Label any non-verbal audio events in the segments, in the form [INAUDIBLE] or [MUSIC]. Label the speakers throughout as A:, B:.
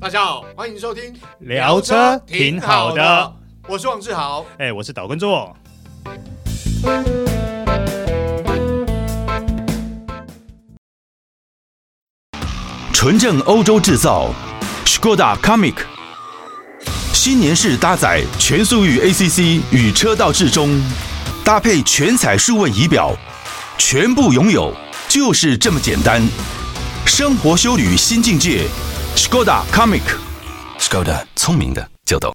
A: 大家好，欢迎收听
B: 聊车挺好的，
A: 我是王志豪。
B: 哎、我是岛根座。
C: 纯正欧洲制造，Skoda Comic，新年式搭载全速域 ACC 与车道智中，搭配全彩数位仪表，全部拥有就是这么简单。生活修旅新境界，Skoda Comic，Skoda 聪明的就懂。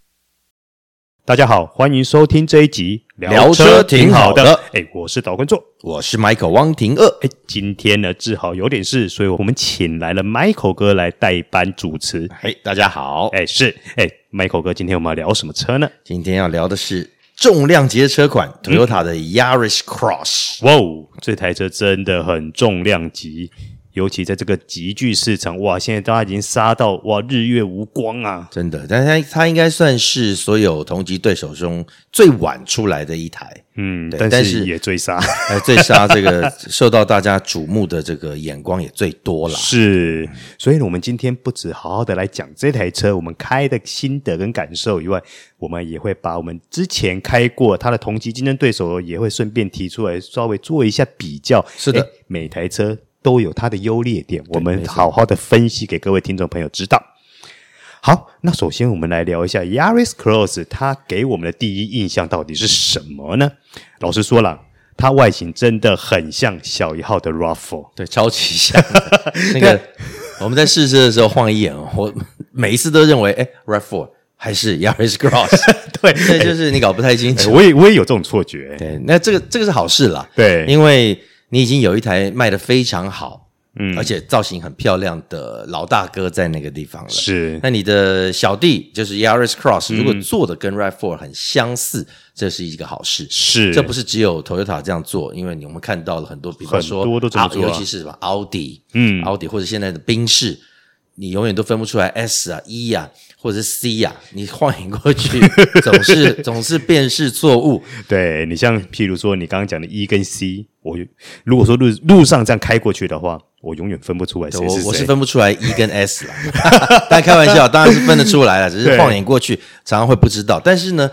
B: 大家好，欢迎收听这一集
D: 聊车挺好的
B: 哎、我是岛根座。
D: 我是 Michael 汪廷二，
B: 哎、今天呢，志豪有点事，所以我们请来了 Michael 哥来代班主持。
D: 嘿，大家好，
B: 哎、是哎、m i c h a e l 哥，今天我们要聊什么车呢？
D: 今天要聊的是重量级的车款 Toyota 的 Yaris Cross，
B: 哇哦，这台车真的很重量级，尤其在这个集聚市场，哇，现在大家已经杀到哇日月无光啊！
D: 真的，但它它应该算是所有同级对手中最晚出来的一台，
B: 嗯，
D: 对
B: 但
D: 但
B: 是
D: 是
B: 也追杀，
D: [LAUGHS] 呃，最杀这个 [LAUGHS] 受到大家瞩目的这个眼光也最多啦。
B: 是，所以呢，我们今天不止好好的来讲这台车我们开的心得跟感受以外，我们也会把我们之前开过它的同级竞争对手也会顺便提出来，稍微做一下比较。
D: 是的
B: 诶，每台车都有它的优劣点，我们好好的分析给各位听众朋友知道。好，那首先我们来聊一下 Yaris Cross，它给我们的第一印象到底是什么呢？老实说了，它外形真的很像小一号的 RAV4。
D: 对，超级像 [LAUGHS] 的那个我们在试车的时候晃一眼哦，我每一次都认为，哎，Rav4 还是 Yaris Cross， [LAUGHS]
B: 对，
D: 这就是你搞不太清
B: 哎
D: 楚。
B: 我也我也有这种错觉、哎
D: 对，那这个这个是好事啦。
B: 对
D: 因为你已经有一台卖的非常好，嗯，而且造型很漂亮的老大哥在那个地方了。，
B: 是嗯
D: 那你的小弟就是 Yaris Cross，、如果做的跟 Rav4 很相似，这是一个好事。
B: 是，
D: 这不是只有 Toyota 这样做，因为我们看到了很多，比方说，
B: 很多都这么做啊
D: 尤其是什么奥迪，
B: 嗯
D: 奥迪或者现在的宾士，你永远都分不出来 S 啊、E 啊，或者是 C 啊，你换眼
B: [LAUGHS]
D: 过去总是总是辨识错误。
B: 对你像譬如说你刚刚讲的 E 跟 C，我如果说路路上这样开过去的话，我永远分不出来
D: 对
B: 谁
D: 我
B: 谁。
D: 我是分不出来 E [LAUGHS] 跟 S 啦，但开玩笑，当然是分得出来了，只是晃眼过去常常会不知道。但是呢，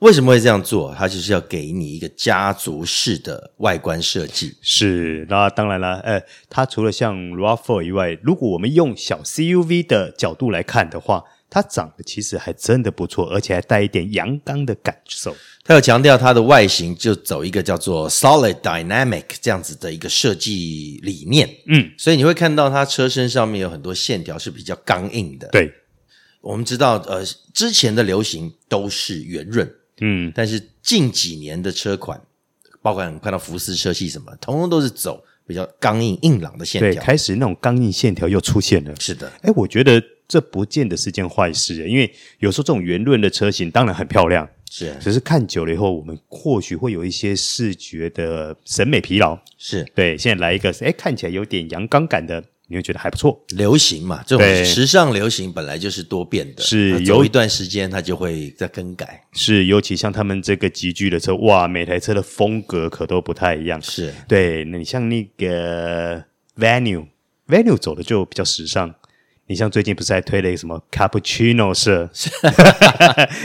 D: 为什么会这样做？它就是要给你一个家族式的外观设计。
B: 是，那当然了，呃，它除了像 RAV4 以外，如果我们用小 CUV 的角度来看的话，它长得其实还真的不错，而且还带一点阳刚的感受。
D: 它有强调它的外形就走一个叫做 solid dynamic 这样子的一个设计理念，
B: 嗯，
D: 所以你会看到它车身上面有很多线条是比较刚硬的。，
B: 对，
D: 我们知道，呃，之前的流行都是圆润，
B: 嗯，
D: 但是近几年的车款，包括我们看到福斯车系什么，通通都是走比较刚硬硬朗的线
B: 对，
D: 条。
B: 开始那种刚硬线条又出现了。
D: 是的，
B: 哎，我觉得这不见得是件坏事，因为有时候这种圆润的车型当然很漂亮，
D: 是
B: 只是看久了以后，我们或许会有一些视觉的审美疲劳。
D: 是
B: 对，现在来一个，哎，看起来有点阳刚感的，你会觉得还不错。
D: 流行嘛，这种
B: 对
D: 时尚流行本来就是多变的，
B: 是
D: 它
B: 有
D: 走一段时间它就会在更改。
B: 是，尤其像他们这个集聚的车，哇，每台车的风格可都不太一样。
D: 是
B: 对，那你像那个 Venue，Venue 走的就比较时尚。你像最近不是还推了一个什么 Cappuccino
D: [LAUGHS]
B: 社？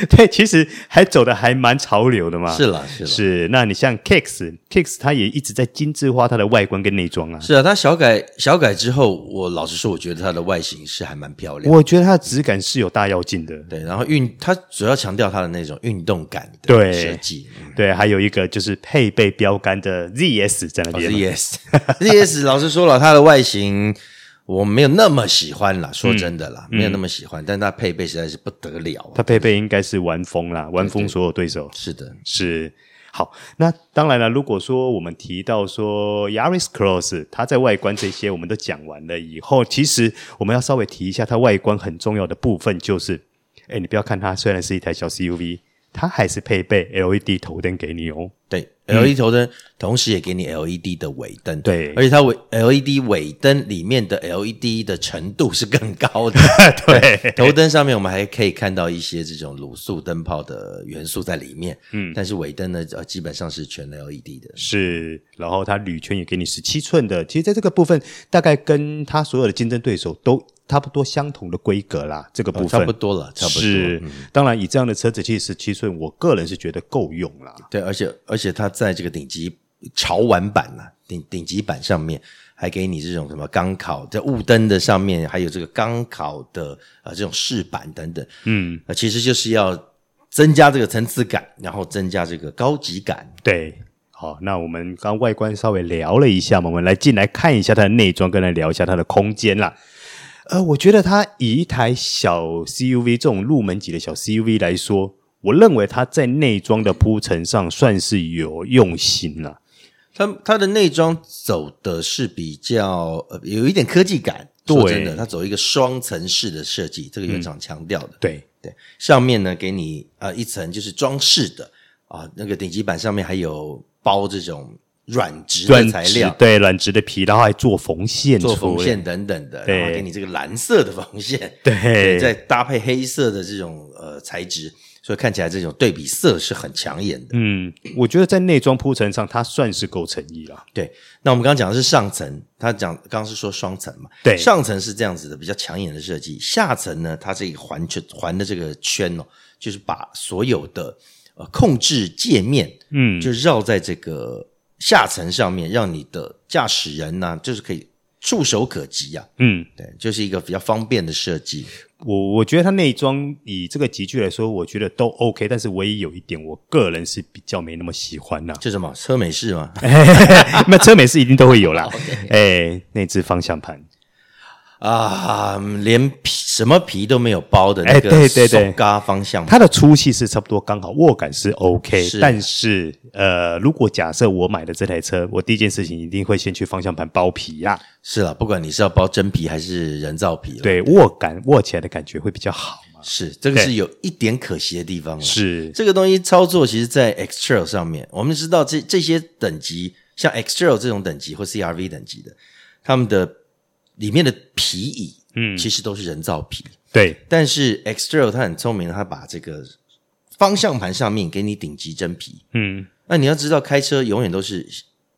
B: 对，其实还走的还蛮潮流的嘛。
D: 是啦，是啦。
B: 是，那你像 Kicks，Kicks 它也一直在精致化它的外观跟内装啊。
D: 是啊，它小改小改之后，我老实说，我觉得它的外形是还蛮漂亮的。
B: 我觉得它的质感是有大跃进的。
D: 对，然后运，它主要强调它的那种运动感
B: 对
D: 的设计。嗯
B: 对，还有一个就是配备标杆的 ZS 在那
D: 哦
B: 边嘛。 [LAUGHS]
D: ，yes，yes，老实说了，它的外形我没有那么喜欢啦，
B: 嗯
D: 说真的啦，没有那么喜欢，但它配备实在是不得了。啊
B: 它配备应该是玩疯啦，玩疯所有对手。
D: 是的，
B: 是好，那当然了。如果说我们提到说 Yaris Cross，它在外观这些我们都讲完了以后，其实我们要稍微提一下它外观很重要的部分，就是，哎，你不要看它虽然是一台小 CUV，它还是配备 LED 头灯给你哦。
D: 对，LED 头灯，同时也给你 LED 的尾灯。
B: 对
D: 而且它尾 LED 尾灯里面的 LED 的程度是更高的。
B: [LAUGHS] 对，
D: 头灯上面我们还可以看到一些这种卤素灯泡的元素在里面，嗯，但是尾灯呢，呃，基本上是全 LED 的，
B: 是，然后它铝圈也给你十七寸的，其实在这个部分大概跟它所有的竞争对手都差不多相同的规格啦，这个部分、
D: 哦差不多了，差不多嗯
B: 是，当然以这样的车子，其实十七寸，我个人是觉得够用啦。
D: 对，而且而且它在这个顶级潮玩版呐、顶顶级版上面还给你这种什么钢烤在雾灯的上面，还有这个钢烤的啊、呃这种饰板等等，嗯、呃，其实就是要增加这个层次感，然后增加这个高级感。
B: 对，好，那我们刚外观稍微聊了一下嘛，我们来进来看一下它的内装，跟来聊一下它的空间啦。呃，我觉得它以一台小 CUV 这种入门级的小 CUV 来说，我认为它在内装的铺陈上算是有用心了。
D: 它它的内装走的是比较呃有一点科技感，说
B: 对
D: 真的，它走一个双层式的设计，这个原厂强调的。
B: 对，
D: 对，上面呢给你呃一层就是装饰的啊，那个顶级版上面还有包这种软质的
B: 软
D: 材
B: 质
D: 料，
B: 对软质的皮，然后还做缝线出来，
D: 做缝线等等的，
B: 对
D: 然后给你这个蓝色的缝线，
B: 对
D: 再搭配黑色的这种呃材质，所以看起来这种对比色是很抢眼的。
B: 嗯，我觉得在内装铺陈上，它算是够诚意了。
D: 对，那我们刚刚讲的是上层，他讲刚刚是说双层嘛，
B: 对
D: 上层是这样子的比较抢眼的设计，下层呢，它这个环圈环的这个圈哦，就是把所有的呃控制界面，
B: 嗯
D: 就绕在这个下层上面，让你的驾驶人呢、就是可以触手可及啊，
B: 嗯，
D: 对，就是一个比较方便的设计。
B: 我我觉得它内装以这个集聚来说，我觉得都 OK，但是唯一有一点，我个人是比较没那么喜欢
D: [LAUGHS]
B: 啦、
D: 这什么车美式嘛？
B: 哎那车美是一定都会有啦。哎，那只方向盘，
D: [LAUGHS] 啊，连皮什么皮都没有包的
B: 哎
D: 那个
B: 对对对
D: 手嘎方向盘，
B: 它的粗细是差不多刚好，握感是 OK，
D: 是啊
B: 但是呃，如果假设我买的这台车，我第一件事情一定会先去方向盘包皮呀、
D: 是了，不管你是要包真皮还是人造皮，，
B: 对，握感握起来的感觉会比较好嘛。
D: 是这个
B: 对
D: 是有一点可惜的地方了。
B: 是，
D: 这个东西操作，其实，在 X Trail 上面，我们知道这这些等级，像 X Trail 这种等级或 CRV 等级的，他们的里面的皮椅，嗯，其实都是人造皮。
B: 对，
D: 但是 X Trail 它很聪明，它把这个方向盘上面给你顶级真皮。
B: 嗯，
D: 那你要知道，开车永远都是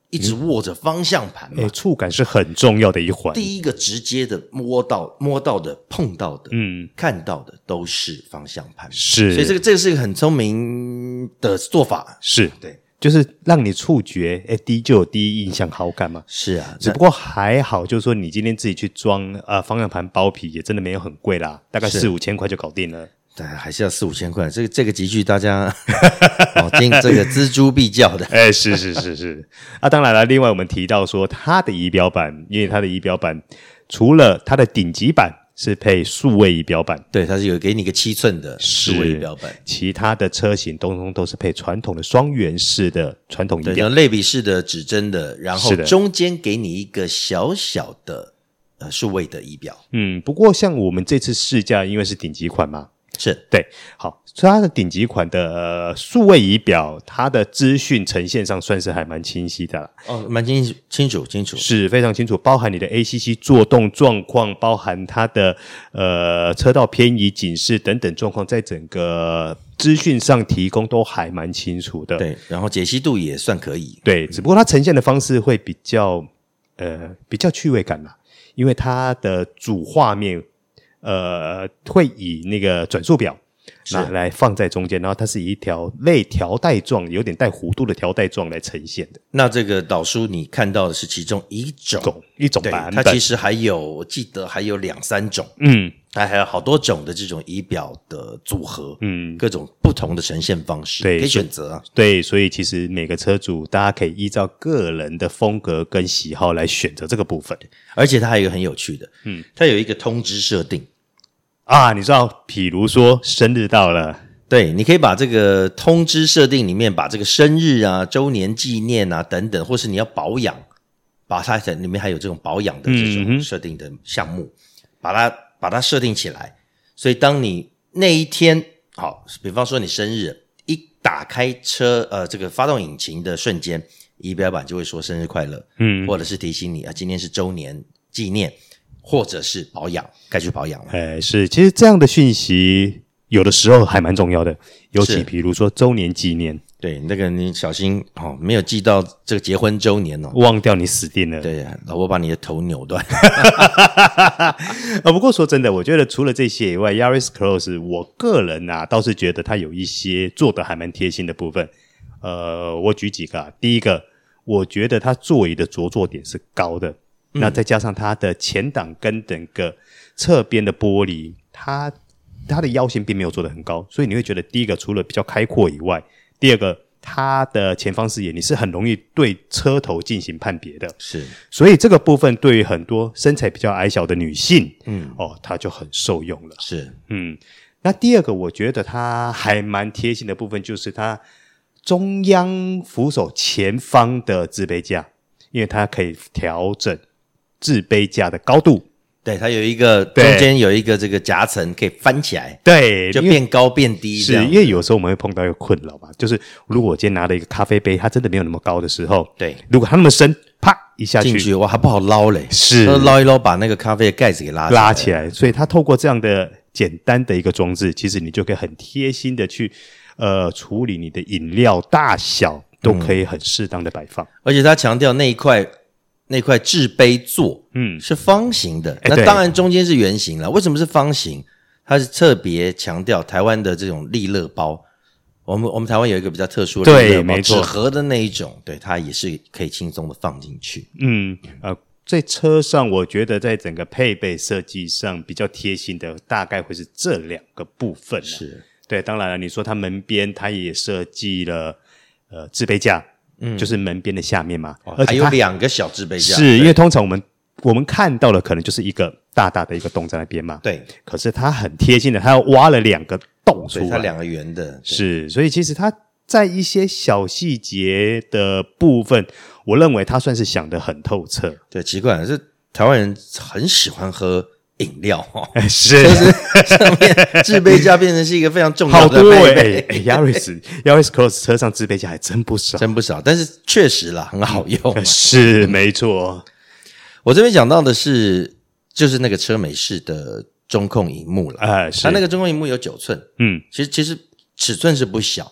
D: 一直握着方向盘嘛，
B: 哎，触感是很重要的一环。
D: 第一个直接的摸到、摸到的、碰到的，
B: 嗯，
D: 看到的都是方向盘。
B: 是，
D: 所以这个这个是一个很聪明的做法，
B: 是
D: 对，
B: 就是让你触觉，哎，第一就有第一印象好感嘛。
D: 是啊，
B: 只不过还好，就是说你今天自己去装呃方向盘包皮，也真的没有很贵啦，大概
D: 是
B: 四五千块就搞定
D: [LAUGHS]
B: 了。
D: 但还是要四五千块。这个这个集聚大家 [LAUGHS] 哦，今这个锱铢必较 [LAUGHS] 的。
B: 哎，是是是是 [LAUGHS] 啊，当然了，另外我们提到说它的仪表板，因为它的仪表板除了它的顶级版是配数位仪表板，
D: 对，它是有给你一个七寸的数位标本，
B: 其他的车型通通都是配传统的双圆式的传统仪
D: 对，
B: 表
D: 然后类比式的指针的，然后
B: 是的
D: 中间给你一个小小的呃数位的仪表，
B: 嗯，不过像我们这次试驾，因为是顶级款嘛，
D: 是
B: 对，好，所以它的顶级款的、呃数位仪表，它的资讯呈现上算是还蛮清晰的啦，
D: 哦，蛮清清楚清楚。
B: 是非常清楚，包含你的 ACC 作动状况，包含它的呃车道偏移警示等等状况，在整个资讯上提供都还蛮清楚的。
D: 对，然后解析度也算可以，
B: 对，只不过它呈现的方式会比较呃比较趣味感啦，因为它的主画面呃会以那个转速表
D: 是
B: 拿来放在中间，然后它是以一条类条带状，有点带弧度的条带状来呈现的
D: 那这个导书你看到的是其中一种，
B: 种一种
D: 对，
B: 版
D: 它其
B: 本。
D: 实还有，我记得还有两三种，
B: 嗯
D: 它还有好多种的这种仪表的组合，
B: 嗯，
D: 各种不同的呈现方式，
B: 对
D: 可以
B: 所以
D: 选择啊。
B: 对，所以其实每个车主大家可以依照个人的风格跟喜好来选择这个部分
D: 而且它还有一个很有趣的，嗯，它有一个通知设定，
B: 啊。你知道，比如说生日到了。
D: 对，你可以把这个通知设定里面把这个生日啊、周年纪念啊等等，或是你要保养，把它在里面还有这种保养的这
B: 嗯
D: 种
B: 哼
D: 设定的项目，把它把它设定起来。所以当你那一天，好，比方说你生日，一打开车呃这个发动引擎的瞬间，仪表板就会说生日快乐，
B: 嗯
D: 或者是提醒你啊今天是周年纪念，或者是保养，该去保养了。
B: 哎，是，其实这样的讯息有的时候还蛮重要的，尤
D: 是
B: 其比如说周年纪念，
D: 对，那个你小心哦，没有记到这个结婚周年哦。
B: 忘掉你死定了。
D: 对，老婆把你的头扭断。
B: 呃，不过说真的，我觉得除了这些以外，Yaris Cross，我个人啊倒是觉得它有一些做的还蛮贴心的部分。呃，我举几个、啊，第一个，我觉得它座椅的着座点是高的，那再加上它的前挡跟整个侧边的玻璃，它它的腰线并没有做的很高，所以你会觉得第一个除了比较开阔以外，第二个它的前方视野你是很容易对车头进行判别的。
D: 是，
B: 所以这个部分对于很多身材比较矮小的女性，嗯，哦，它就很受用了。
D: 是，
B: 嗯，那第二个我觉得它还蛮贴心的部分，就是它中央扶手前方的置杯架，因为它可以调整置杯架的高度。
D: 对，它有一个中
B: 对
D: 间有一个这个夹层可以翻起来，
B: 对，
D: 就
B: 因为
D: 变高变低这
B: 是
D: 样
B: 因。为有时候我们会碰到一个困扰嘛，就是如果我今天拿了一个咖啡杯，它真的没有那么高的时候，
D: 对，
B: 如果它那么深，啪一下
D: 进去哇，还不好捞嘞，
B: 是
D: 那捞一捞，把那个咖啡的盖子给拉
B: 拉
D: 起
B: 起
D: 来。
B: 来。所以它透过这样的简单的一个装置，其实你就可以很贴心的去呃处理你的饮料大小，都可以很适当的摆放。
D: 而且他强调那一块那块制杯座，
B: 嗯
D: 嗯，是方形的。
B: 哎
D: 那
B: 对
D: 当然中间是圆形了。为什么是方形？它是特别强调台湾的这种利乐包。我们我们台湾有一个比较特殊的
B: 对
D: 利乐包，
B: 没错
D: 纸盒的那一种，对它也是可以轻松的放进去。
B: 嗯，呃，在车上，我觉得在整个配备设计上比较贴心的，大概会是这两个部分、啊。
D: 是
B: 对，当然了，你说它门边，它也设计了呃置杯架，嗯，就是门边的下面嘛，而
D: 哦还
B: 且
D: 有
B: 它
D: 两个小制杯架，
B: 是因为通常我们我们看到的可能就是一个大大的一个洞在那边嘛，
D: 对，
B: 可是它很贴心的，它挖了两个洞出
D: 所以它
B: 来，
D: 两个圆的，对
B: 啊是，所以其实它在一些小细节的部分，我认为它算是想得很透彻，
D: [LAUGHS] 对，奇怪，是台湾人很喜欢喝饮料
B: [LAUGHS]
D: 哦，
B: 是。
D: [LAUGHS] 上面制杯架变成是一个非常重要
B: 好
D: 的
B: 多
D: 配
B: 哎、
D: 备
B: 欸，哎
D: [LAUGHS]
B: Yaris Yaris Cross 车上置备架还真不少，
D: 真不嗯少，但是确实啦，很好用。啊
B: 是没错，
D: 我这边讲到的是，就是那个车美式的中控荧幕了，
B: 哎、是
D: 它那个中控荧幕有九寸，
B: 嗯
D: 其实其实尺寸是不小，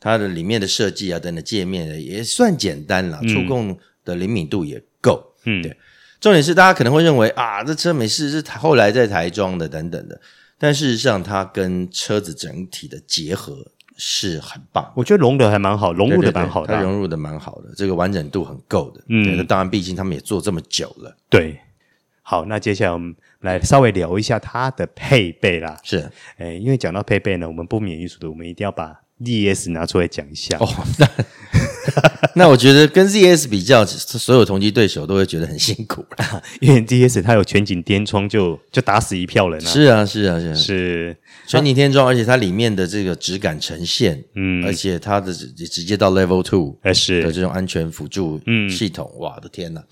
D: 它的里面的设计啊等等界面也算简单啦，触控的灵敏度也够。
B: 嗯
D: 对重点是大家可能会认为啊，这车美式是台后来在台装的等等的，但事实上它跟车子整体的结合是很棒。
B: 我觉得融的还蛮好，融入的蛮好的
D: 对对对它
B: 啊、
D: 融入的蛮好的，这个完整度很够的。
B: 嗯
D: 嗯，那当然，毕竟他们也做这么久了，
B: 对。好，那接下来我们来稍微聊一下它的配备啦。
D: 是
B: 诶，因为讲到配备呢，我们不免于俗的，我们一定要把 DS 拿出来讲一下。
D: 哦。那 [LAUGHS] 那我觉得跟 ZS 比较，所有同级对手都会觉得很辛 [LAUGHS] 苦了。
B: 因为 DS 它有全景天窗就，就打死一票人啊。
D: 是啊，是啊，是啊。
B: 是
D: 全景天窗，而且它里面的这个质感呈现，
B: 嗯
D: 嗯，而且它的直直接到 Level Two
B: 呃
D: 的
B: 是
D: 这种安全辅助系统，哇，我的天呐！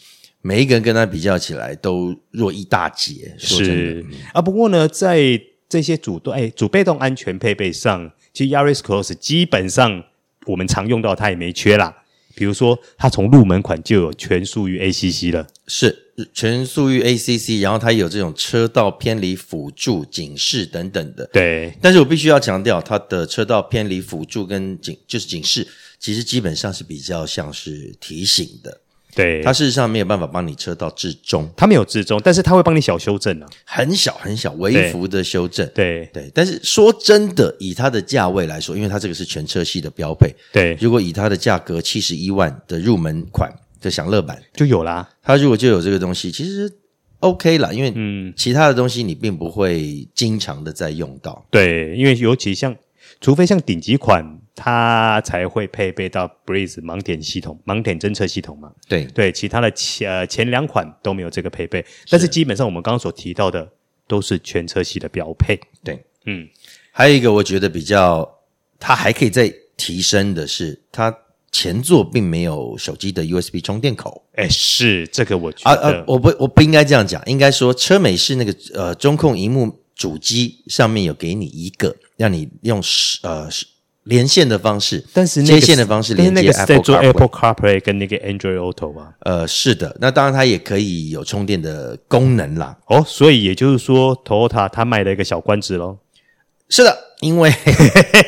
D: 每一个人跟它比较起来都弱一大截，说真的嗯
B: 是啊，不过呢，在这些主动哎主被动安全配备上，其实 Yaris Cross 基本上我们常用到它也没缺啦。比如说，它从入门款就有全速域 ACC 了，
D: 是全速域 ACC，然后它有这种车道偏离辅助、警示等等的。
B: 对，
D: 但是我必须要强调，它的车道偏离辅助跟警就是警示，其实基本上是比较像是提醒的，
B: 对，
D: 它
B: 它
D: 事实上没有办法帮你车道至中，
B: 它没有之中，但是它会帮你小修正啊。
D: 很小很小微幅的修正。
B: 对
D: 对，但是说真的，以它的价位来说，因为它这个是全车系的标配，
B: 对，
D: 如果以它的价格七十一万的入门款的享乐版，
B: 就有啦。
D: 它如果就有这个东西，其实 OK 啦，因为
B: 嗯
D: 其他的东西你并不会经常的在用到。
B: 对，因为尤其像，除非像顶级款，它才会配备到 Breeze 盲点系统、盲点侦测系统嘛。
D: 对，
B: 对，其他的前呃前两款都没有这个配备，但是基本上我们刚刚所提到的都是全车系的标配。
D: 对，
B: 嗯，
D: 还有一个我觉得比较，它还可以再提升的是，它前座并没有手机的 USB 充电口。
B: 哎，是这个我觉
D: 啊
B: 得，
D: 啊！我不我不应该这样讲，应该说车美是那个呃中控荧幕主机上面有给你一个，让你用是呃是连线的方式，
B: 但是那
D: 接
B: 个
D: 线的方式
B: 但是
D: 连
B: 那
D: 接
B: 个是在
D: Apple
B: 做
D: CarPlay。
B: Apple CarPlay 跟那个 Android Auto 啊。
D: 呃，是的，那当然它也可以有充电的功能啦。
B: 哦，所以也就是说，Toyota 它卖了一个小关子喽。
D: [LAUGHS] 是的，因为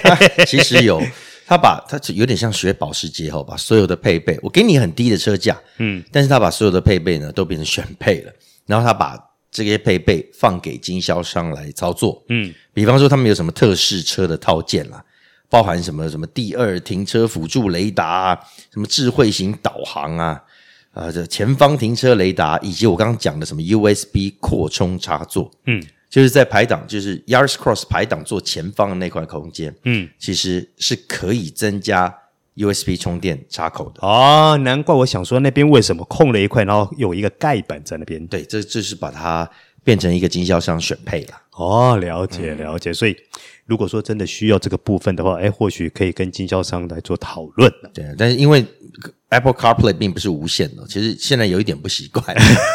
D: 它其实有他把他有点像学保时捷后，把所有的配备，我给你很低的车价，嗯，但是他把所有的配备呢都变成选配了，然后他把这些配备放给经销商来操作，嗯，比方说他们有什么特试车的套件啦、包含什么什么第二停车辅助雷达啊，什么智慧型导航啊，啊，这前方停车雷达，以及我刚刚讲的什么 USB 扩充插座，嗯，就是在排档，就是 Yaris Cross 排档座前方的那块空间，嗯，其实是可以增加 USB 充电插口的。
B: 哦，难怪我想说那边为什么空了一块，然后有一个盖板在那边。
D: 对，这就是把它变成一个经销商选配了。
B: 哦，了解了解。所以如果说真的需要这个部分的话，哎，或许可以跟经销商来做讨论。啊
D: 对，但是因为 Apple CarPlay 并不是无线的，其实现在有一点不习惯， [LAUGHS]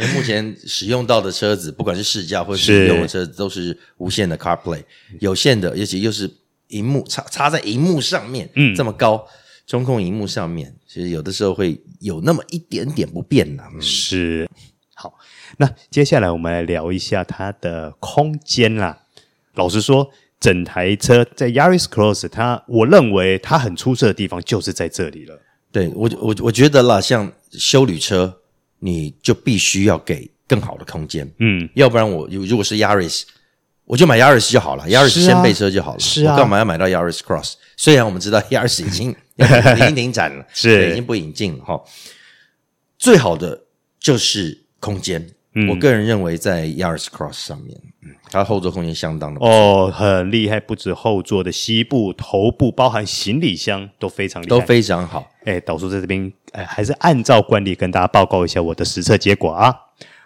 D: 因为目前使用到的车子，不管是试驾或
B: 是
D: 是用的车子，都是无线的 CarPlay，有线的，尤其又是荧幕插插在荧幕上面，嗯，这么高，中控荧幕上面，其实有的时候会有那么一点点不便呐、嗯
B: 是，好，那接下来我们来聊一下它的空间啦。老实说，整台车在 Yaris Cross，它我认为它很出色的地方就是在这里了。
D: 对我，我我觉得啦，像修旅车，你就必须要给更好的空间，
B: 嗯，
D: 要不然我如果是 Yaris，我就买 Yaris 就好了，Yaris
B: 是啊
D: 先备车就好了，
B: 是啊
D: 我干嘛要买到 Yaris Cross？虽然我们知道 Yaris 已经已经停产了，
B: [LAUGHS] 是
D: 对已经不引进了哈。最好的就是空间，
B: 嗯
D: 我个人认为在 Yaris Cross 上面，嗯它的后座空间相当的不错
B: 哦，很厉害，不止后座的膝部、头部，包含行李箱都非常厉害。
D: 都非常好。
B: 哎，导叔在这边，哎，还是按照惯例跟大家报告一下我的实测结果啊。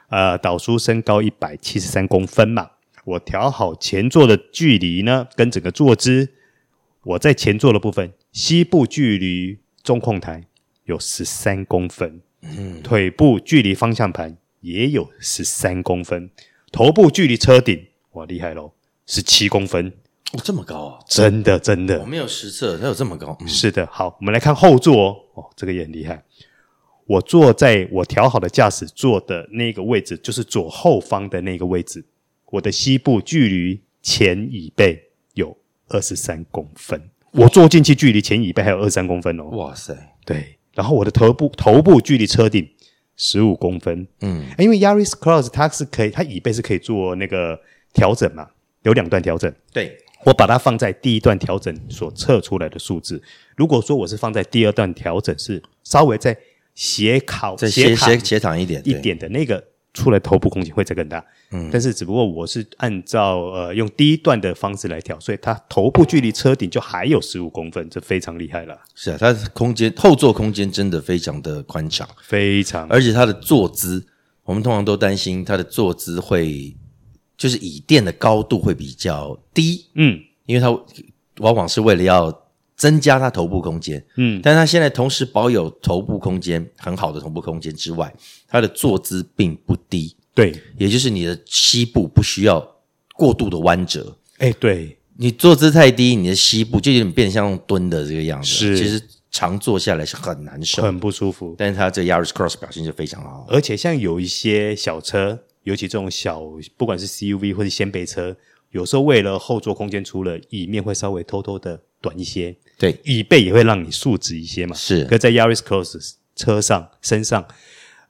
B: 呃，导叔身高一百七十三公分嘛，我调好前座的距离呢，跟整个坐姿，我在前座的部分，膝部距离中控台有十三公分，嗯，腿部距离方向盘也有十三公分，头部距离车顶，哇，厉害喽，十七公分，
D: 哦，这么高啊！
B: 真的真的
D: 我，没有实测，它有这么高，嗯
B: 是的，好，我们来看后座哦，哦，这个也很厉害。我坐在我调好的驾驶座的那个位置，就是左后方的那个位置，我的膝部距离前椅背有二十三公分，我坐进去距离前椅背还有二三公分哦。
D: 哇塞，
B: 对，然后我的头部头部距离车顶十五公分，哎
D: 嗯，
B: 因为 Yaris Cross 它是可以，它椅背是可以做那个调整嘛，有两段调整。
D: 对，
B: 我把它放在第一段调整所测出来的数字。如果说我是放在第二段调整，是稍微在斜考
D: 再斜
B: 躺
D: 斜斜躺一点，
B: 一
D: 对，
B: 点的那个出来头部空间会再更大。嗯，但是只不过我是按照呃用第一段的方式来调，所以它头部距离车顶就还有十五公分，这非常厉害了，
D: 是啊，它的空间后座空间真的非常的宽敞。
B: 非常
D: 而且它的坐姿，我们通常都担心它的坐姿会，就是椅垫的高度会比较低，
B: 嗯
D: 因为它往往是为了要增加它头部空间，嗯，但它现在同时保有头部空间很好的头部空间之外，它的坐姿并不低，
B: 对，
D: 也就是你的膝部不需要过度的弯折。
B: 哎对，
D: 你坐姿太低，你的膝部就有点变像蹲的这个样子，
B: 是
D: 其实长坐下来是很难受，
B: 很不舒服。
D: 但是它这个 Yaris Cross 表现就非常好。
B: 而且像有一些小车，尤其这种小，不管是 CUV 或是掀背车，有时候为了后座空间，除了椅面会稍微偷偷的短一些，
D: 对，
B: 椅背也会让你竖直一些嘛。
D: 是
B: 可在 Yaris Cross 车上身上，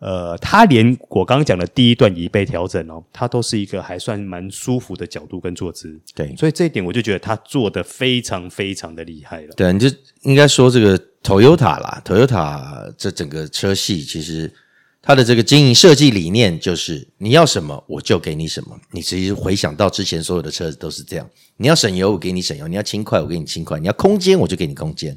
B: 呃，它连我刚刚讲的第一段椅背调整哦，它都是一个还算蛮舒服的角度跟坐姿。
D: 对
B: 所以这一点我就觉得它做的非常非常的厉害了。
D: 对，你就应该说这个 Toyota 啦，Toyota 这整个车系其实它的这个经营设计理念就是你要什么我就给你什么。你其实回想到之前所有的车子都是这样，你要省油我给你省油，你要轻快我给你轻快，你要空间我就给你空间。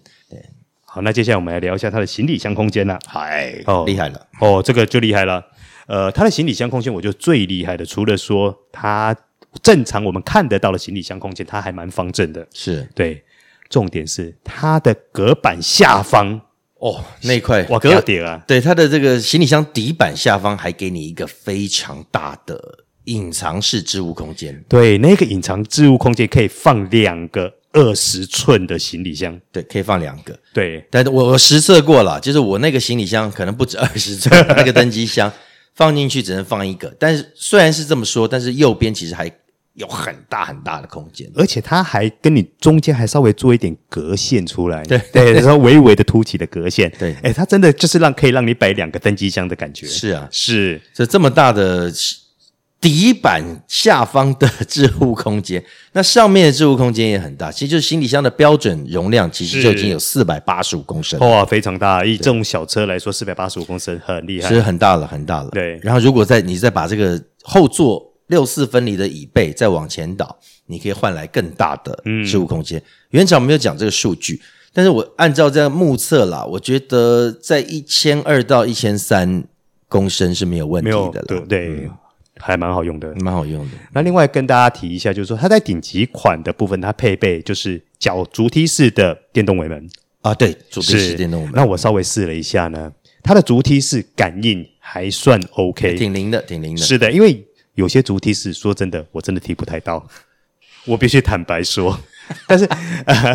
B: 好，那接下来我们来聊一下它的行李箱空间啦、
D: 嗨，
B: 哦
D: 厉害了，
B: 哦，这个就厉害了。呃，它的行李箱空间，我觉得最厉害的，除了说它正常我们看得到的行李箱空间，它还蛮方正的。
D: 是
B: 对，重点是它的隔板下方，
D: 哦，那块
B: 哇，
D: 隔
B: 隔点啊，
D: 对它的这个行李箱底板下方还给你一个非常大的隐藏式置物空间。
B: 对，那个隐藏置物空间可以放两个二十寸的行李箱。
D: 对，可以放两个，
B: 对，
D: 但我我实测过了，就是我那个行李箱可能不止 [LAUGHS] 二十寸， [LAUGHS] 那个登机箱放进去只能放一个。但是虽然是这么说，但是右边其实还有很大很大的空间。
B: 而且它还跟你中间还稍微做一点隔线出来，
D: 对
B: 对，
D: [LAUGHS]
B: 然后微微的凸起的隔线，
D: 对
B: 哎，它真的就是让可以让你摆两个登机箱的感觉，
D: 是啊，
B: 是，
D: 这这么大的底板下方的置物空间， [LAUGHS] 那上面的置物空间也很大。其实就是行李箱的标准容量，其实
B: 是
D: 就已经有四百八十五公升了，
B: 哇，非常大，以这种小车来说，四百八十五公升很厉害
D: 其，实很大了，很大了。
B: 对
D: 然后如果再你再把这个后座六四分离的椅背再往前倒，你可以换来更大的
B: 嗯
D: 置物空间。原厂没有讲这个数据，但是我按照这样目测啦，我觉得在一千二到一千三公升是没有问
B: 没
D: 题
B: 有
D: 的
B: 对
D: 啦，
B: 对，还蛮好用的。
D: 蛮好用的。
B: 嗯那另外跟大家提一下，就是说它在顶级款的部分，它配备就是脚足梯式的电动尾门，
D: 啊，对，主宾式电动门，
B: 那我稍微试了一下呢，它的足梯式感应还算 OK，
D: 挺灵的，挺灵的。
B: 是的，因为有些足梯式说真的，我真的踢不太
D: [LAUGHS]
B: 到，我必须坦白说。 [LAUGHS] 但是，呃、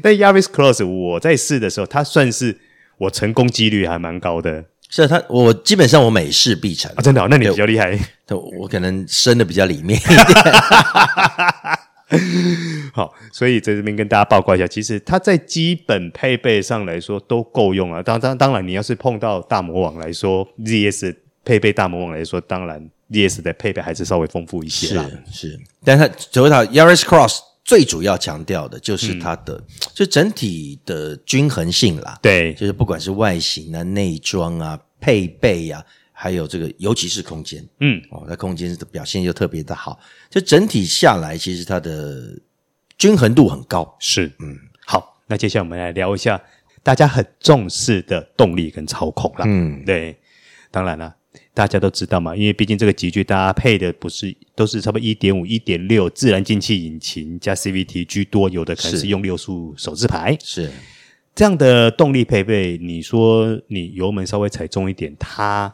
B: 但 Yaris Cross 我在试的时候，它算是我成功几率还蛮高的
D: 是他，我基本上我每事必成
B: 啊，，真的哦、那你比较厉害。
D: 但我可能深的比较里面。
B: 好，所以在这边跟大家报告一下，其实它在基本配备上来说都够用啊。当当当然，你要是碰到大魔王来说，ZS 配备大魔王来说，当然 ZS 的配备还是稍微丰富一些
D: 是
B: 啦。
D: 是，但是它 Toyota Yaris Cross 最主要强调的就是它的、就整体的均衡性啦，
B: 嗯对，
D: 就是不管是外形啊、内装啊、配备啊，还有这个尤其是空间，
B: 嗯，
D: 哦，那空间的表现又特别的好，就整体下来，其实它的均衡度很高。
B: 是，嗯，好，那接下来我们来聊一下大家很重视的动力跟操控啦。
D: 嗯，
B: 对，当然啦，大家都知道嘛，因为毕竟这个集具搭配的不是都是差不多一点五、一点六自然进气引擎加 CVT 居多，有的可能
D: 是
B: 是用六速手自排
D: 是
B: 这样的动力配备。你说你油门稍微踩重一点，它。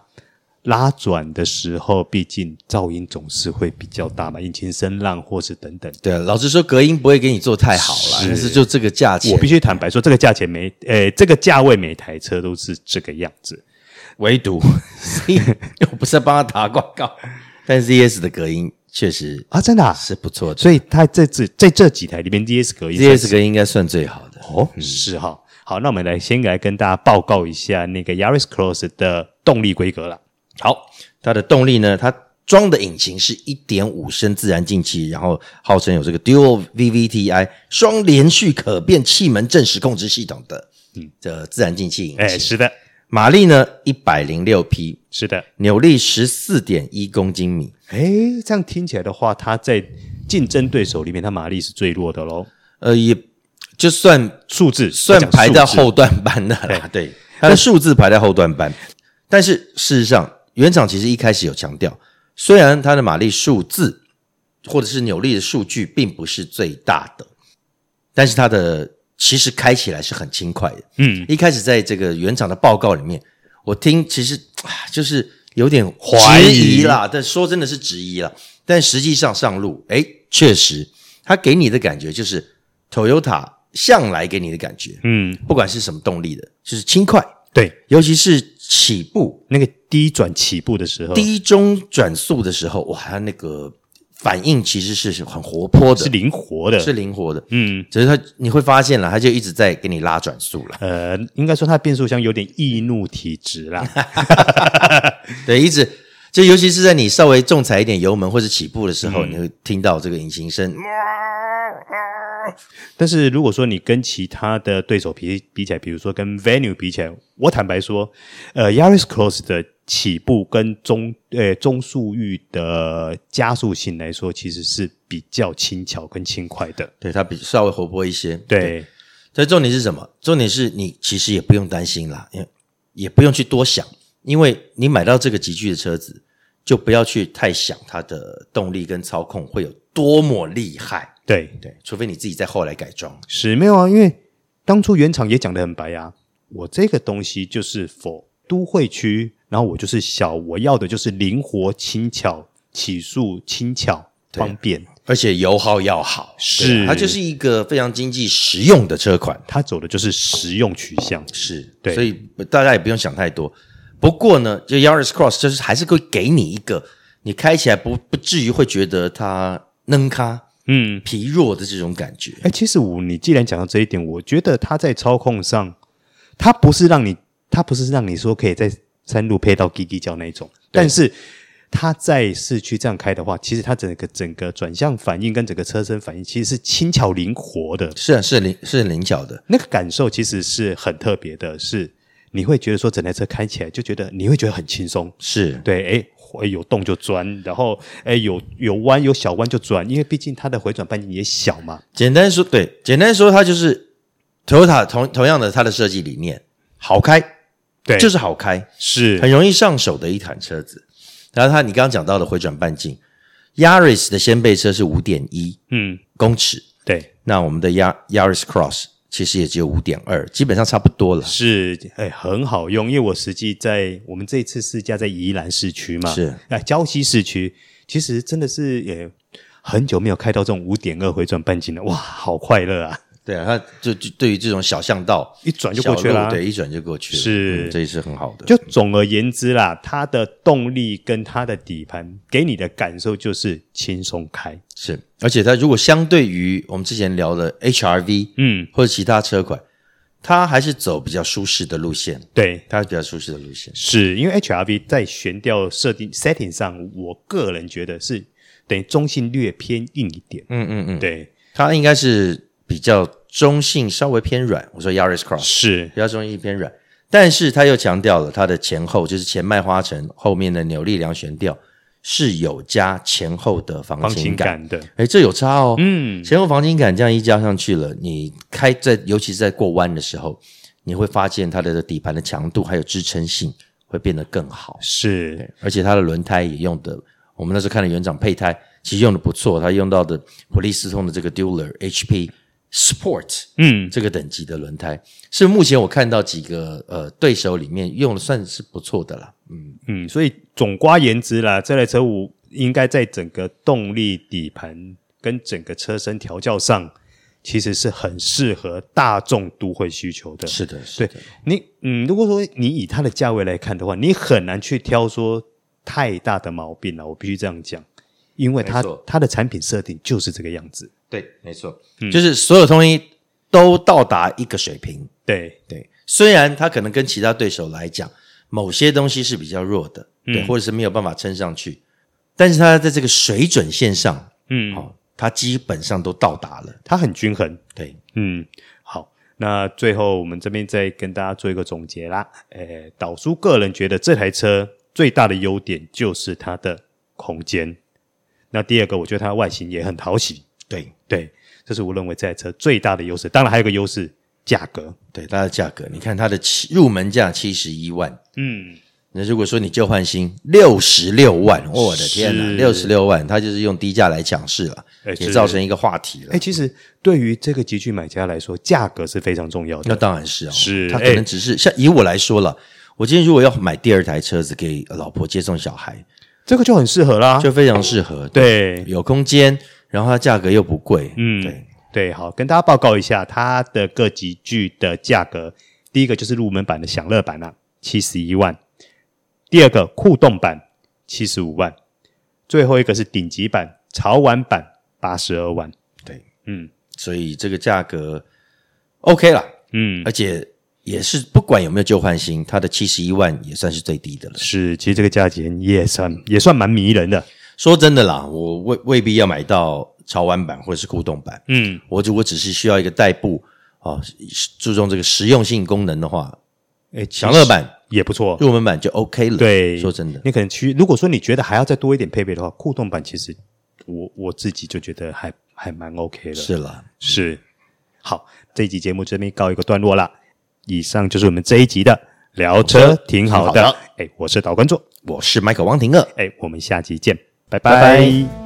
B: 拉转的时候，毕竟噪音总是会比较大嘛，引擎声浪或是等等
D: 对啊，老实说，隔音不会给你做太好了，
B: 是
D: 但是就这个价钱，
B: 我必须坦白说，这个价钱每呃这个价位每台车都是这个样子。
D: 唯 [LAUGHS] 独 Z，我不是帮他打广告，但 ZS 的隔音确实
B: 啊真的啊
D: 是不错的，
B: 所以它在这在这几台里面，ZS 隔音
D: ZS 隔音应该算最好的。嗯
B: 哦是哈。好，那我们来先来跟大家报告一下那个 Yaris Cross 的动力规格啦。
D: 好，它的动力呢，它装的引擎是一点五升自然进气，然后号称有这个 Dual VVTi 双连续可变气门正时控制系统的，嗯，的自然进气引
B: 哎，
D: 擎。
B: 是的，
D: 马力呢一百零六匹，
B: 是的。
D: 扭力十四点一公斤米。
B: 哎，这样听起来的话，它在竞争对手里面，它马力是最弱的喽。
D: 呃，也就算
B: 数字
D: 算排在，
B: 我讲数
D: 后段班的啦。对，它的数字排在后段班，但是事实上，原厂其实一开始有强调，虽然它的马力数字或者是扭力的数据并不是最大的，但是它的其实开起来是很轻快的。
B: 嗯，
D: 一开始在这个原厂的报告里面，我听其实啊就是有点
B: 怀疑
D: 质啦，但说真的是质疑啦。但实际上上路，哎，确实，它给你的感觉就是 Toyota 向来给你的感觉，
B: 嗯，
D: 不管是什么动力的，就是轻快，
B: 对，
D: 尤其是起步
B: 那个低转起步的时候，
D: 低中转速的时候，哇，它那个反应其实是很活泼的，
B: 是灵活的，
D: 是灵活的。
B: 嗯，
D: 只是它你会发现了，它就一直在给你拉转速了，
B: 呃，应该说它的变速箱有点易怒体质啦。
D: 对，一直就尤其是在你稍微重踩一点油门或者起步的时
B: 嗯
D: 候，你会听到这个引擎声，
B: 但是如果说你跟其他的对手比比起来，比如说跟 Venue 比起来，我坦白说，呃，Yaris Cross 的起步跟中呃中速域的加速性来说，其实是比较轻巧跟轻快的。
D: 对，它比稍微活泼一些，
B: 对，
D: 所以重点是什么？重点是你其实也不用担心啦，也也不用去多想，因为你买到这个极具的车子，就不要去太想它的动力跟操控会有多么厉害。
B: 对
D: 对，除非你自己在后来改装。
B: 是没有啊，因为当初原厂也讲得很白啊，我这个东西就是否都会区，然后我就是小，我要的就是灵活、轻巧、起速、轻巧、方便。
D: 而且油耗要好，
B: 是
D: 对啊它就是一个非常经济实用的车款，
B: 它走的就是实用取向，
D: 是
B: 对
D: 所以大家也不用想太多。不过呢，就 Yaris Cross 就是还是会给你一个你开起来不不至于会觉得它能咖
B: 嗯，
D: 疲弱的这种感觉。
B: 哎，其实我你既然讲到这一点，我觉得它在操控上，它不是让你，它不是让你说可以在山路配到叽叽叫那一种，但是它在市区这样开的话，其实它整个整个转向反应跟整个车身反应其实是轻巧灵活的，
D: 是啊，是灵是很灵巧的，
B: 那个感受其实是很特别的，是你会觉得说整台车开起来就觉得你会觉得很轻松，
D: 是
B: 对，哎。哎有洞就钻，然后哎，有有弯有小弯就转，因为毕竟它的回转半径也小嘛。
D: 简单说，对，简单说，它就是 Toyota 同同样的它的设计理念，好开，
B: 对
D: 就是好开，
B: 是
D: 很容易上手的一款车子。然后它你刚刚讲到的回转半径，Yaris 的掀背车是五点一
B: 嗯，
D: 公尺，
B: 对，
D: 那我们的 Yar Yaris Cross 其实也只有五点二，基本上差不多了。
B: 是，哎、很好用，因为我实际在我们这一次试驾在宜兰市区嘛，
D: 是
B: 哎、礁溪市区，其实真的是也很久没有开到这种五点二回转半径了，哇，好快乐啊！
D: 对啊，它就就对于这种小巷道
B: 一转就过去了
D: 小
B: 啊
D: 路对，一转就过去了，
B: 是
D: 嗯这也是很好的。
B: 就总而言之啦，它的动力跟它的底盘给你的感受就是轻松开，
D: 是，而且它如果相对于我们之前聊的 HRV，
B: 嗯，
D: 或者其他车款，它还是走比较舒适的路线，
B: 对，
D: 它是比较舒适的路线。
B: 是因为 HRV 在悬吊设定 setting 上，我个人觉得是等于中性略偏硬一点，
D: 嗯嗯嗯，
B: 对，
D: 它应该是比较中性，稍微偏软。我说 Yaris Cross
B: 是
D: 比较中性偏软，但是它又强调了它的前后，就是前麦花臣后面的扭力梁悬吊是有加前后的
B: 方
D: 防倾
B: 情
D: 杆。
B: 感的，
D: 哎，这有差哦。
B: 嗯，
D: 前后防倾杆这样一加上去了，你开在尤其是在过弯的时候，你会发现它的底盘的强度还有支撑性会变得更好。
B: 是
D: 而且它的轮胎也用的，我们那时候看了原厂配胎，其实用的不错。它用到的普利司通的这个 Dueler HP Sport
B: 嗯，
D: 这个等级的轮胎，是目前我看到几个呃对手里面用的算是不错的啦。
B: 嗯，所以总瓜言之啦，这台车我应该在整个动力底盘跟整个车身调教上，其实是很适合大众都会需求的。
D: 是的，
B: 对
D: 是的，
B: 你，嗯，如果说你以它的价位来看的话，你很难去挑说太大的毛病了。我必须这样讲，因为它
D: 没错
B: 它的产品设定就是这个样子。
D: 对，没错，就是所有东西都到达一个水平。
B: 对，
D: 对，虽然它可能跟其他对手来讲，某些东西是比较弱的，对，
B: 嗯
D: 或者是没有办法撑上去，但是它在这个水准线上，
B: 嗯，
D: 哦，它基本上都到达了。
B: 它很均衡。
D: 对，
B: 嗯，好，那最后我们这边再跟大家做一个总结啦。呃，导叔个人觉得这台车最大的优点就是它的空间。那第二个，我觉得它的外形也很讨喜，
D: 对
B: 对，这是我认为这台车最大的优势。当然还有一个优势，价格。
D: 对，它的价格，你看它的起入门价七十一万，
B: 嗯，
D: 那如果说你旧换新六十六万，我的天哪，
B: 是
D: 六十六万，它就是用低价来抢市了，
B: 哎
D: 也
B: 是
D: 造成一个话题了。
B: 哎，其实对于这个集聚买家来说，价格是非常重要
D: 那
B: 的。
D: 当然是哦，
B: 是
D: 他可
B: 哎
D: 能只是、像以我来说了，我今天如果要买第二台车子给老婆接送小孩，
B: 这个就很适合啦。
D: 就非常适合，，
B: 啊对，
D: 有空间，然后它价格又不贵，
B: 嗯，
D: 对，
B: 对，好，跟大家报告一下它的各级剧的价格。第一个就是入门版的享乐版啊，七十一万；第二个酷动版七十五万；最后一个是顶级版潮玩版八十二万。
D: 对，
B: 嗯
D: 所以这个价格 OK 啦，
B: 嗯，
D: 而且也是不管有没有旧换新，它的七十一万也算是最低的了。
B: 是，其实这个价钱也算也算蛮迷人的。
D: 说真的啦，我未未必要买到潮玩版或者是酷动版，
B: 嗯，
D: 我如果只是需要一个代步啊，注重这个实用性功能的话，
B: 哎，其
D: 享乐
B: 实
D: 版、
B: 也不错。
D: 入门版就 OK 了。
B: 对，
D: 说真的，
B: 你可能去，如果说你觉得还要再多一点配备的话，酷动版其实我我自己就觉得还还蛮 OK 的。
D: 是啦，
B: 是，好，这一集节目这边告一个段落啦。以上就是我们这一集的聊车，挺好
D: 挺
B: 的
D: 好的。
B: 哎，我是导观众，
D: 我是 Michael 汪廷乐。
B: 哎，我们下集见，
D: 拜
B: 拜拜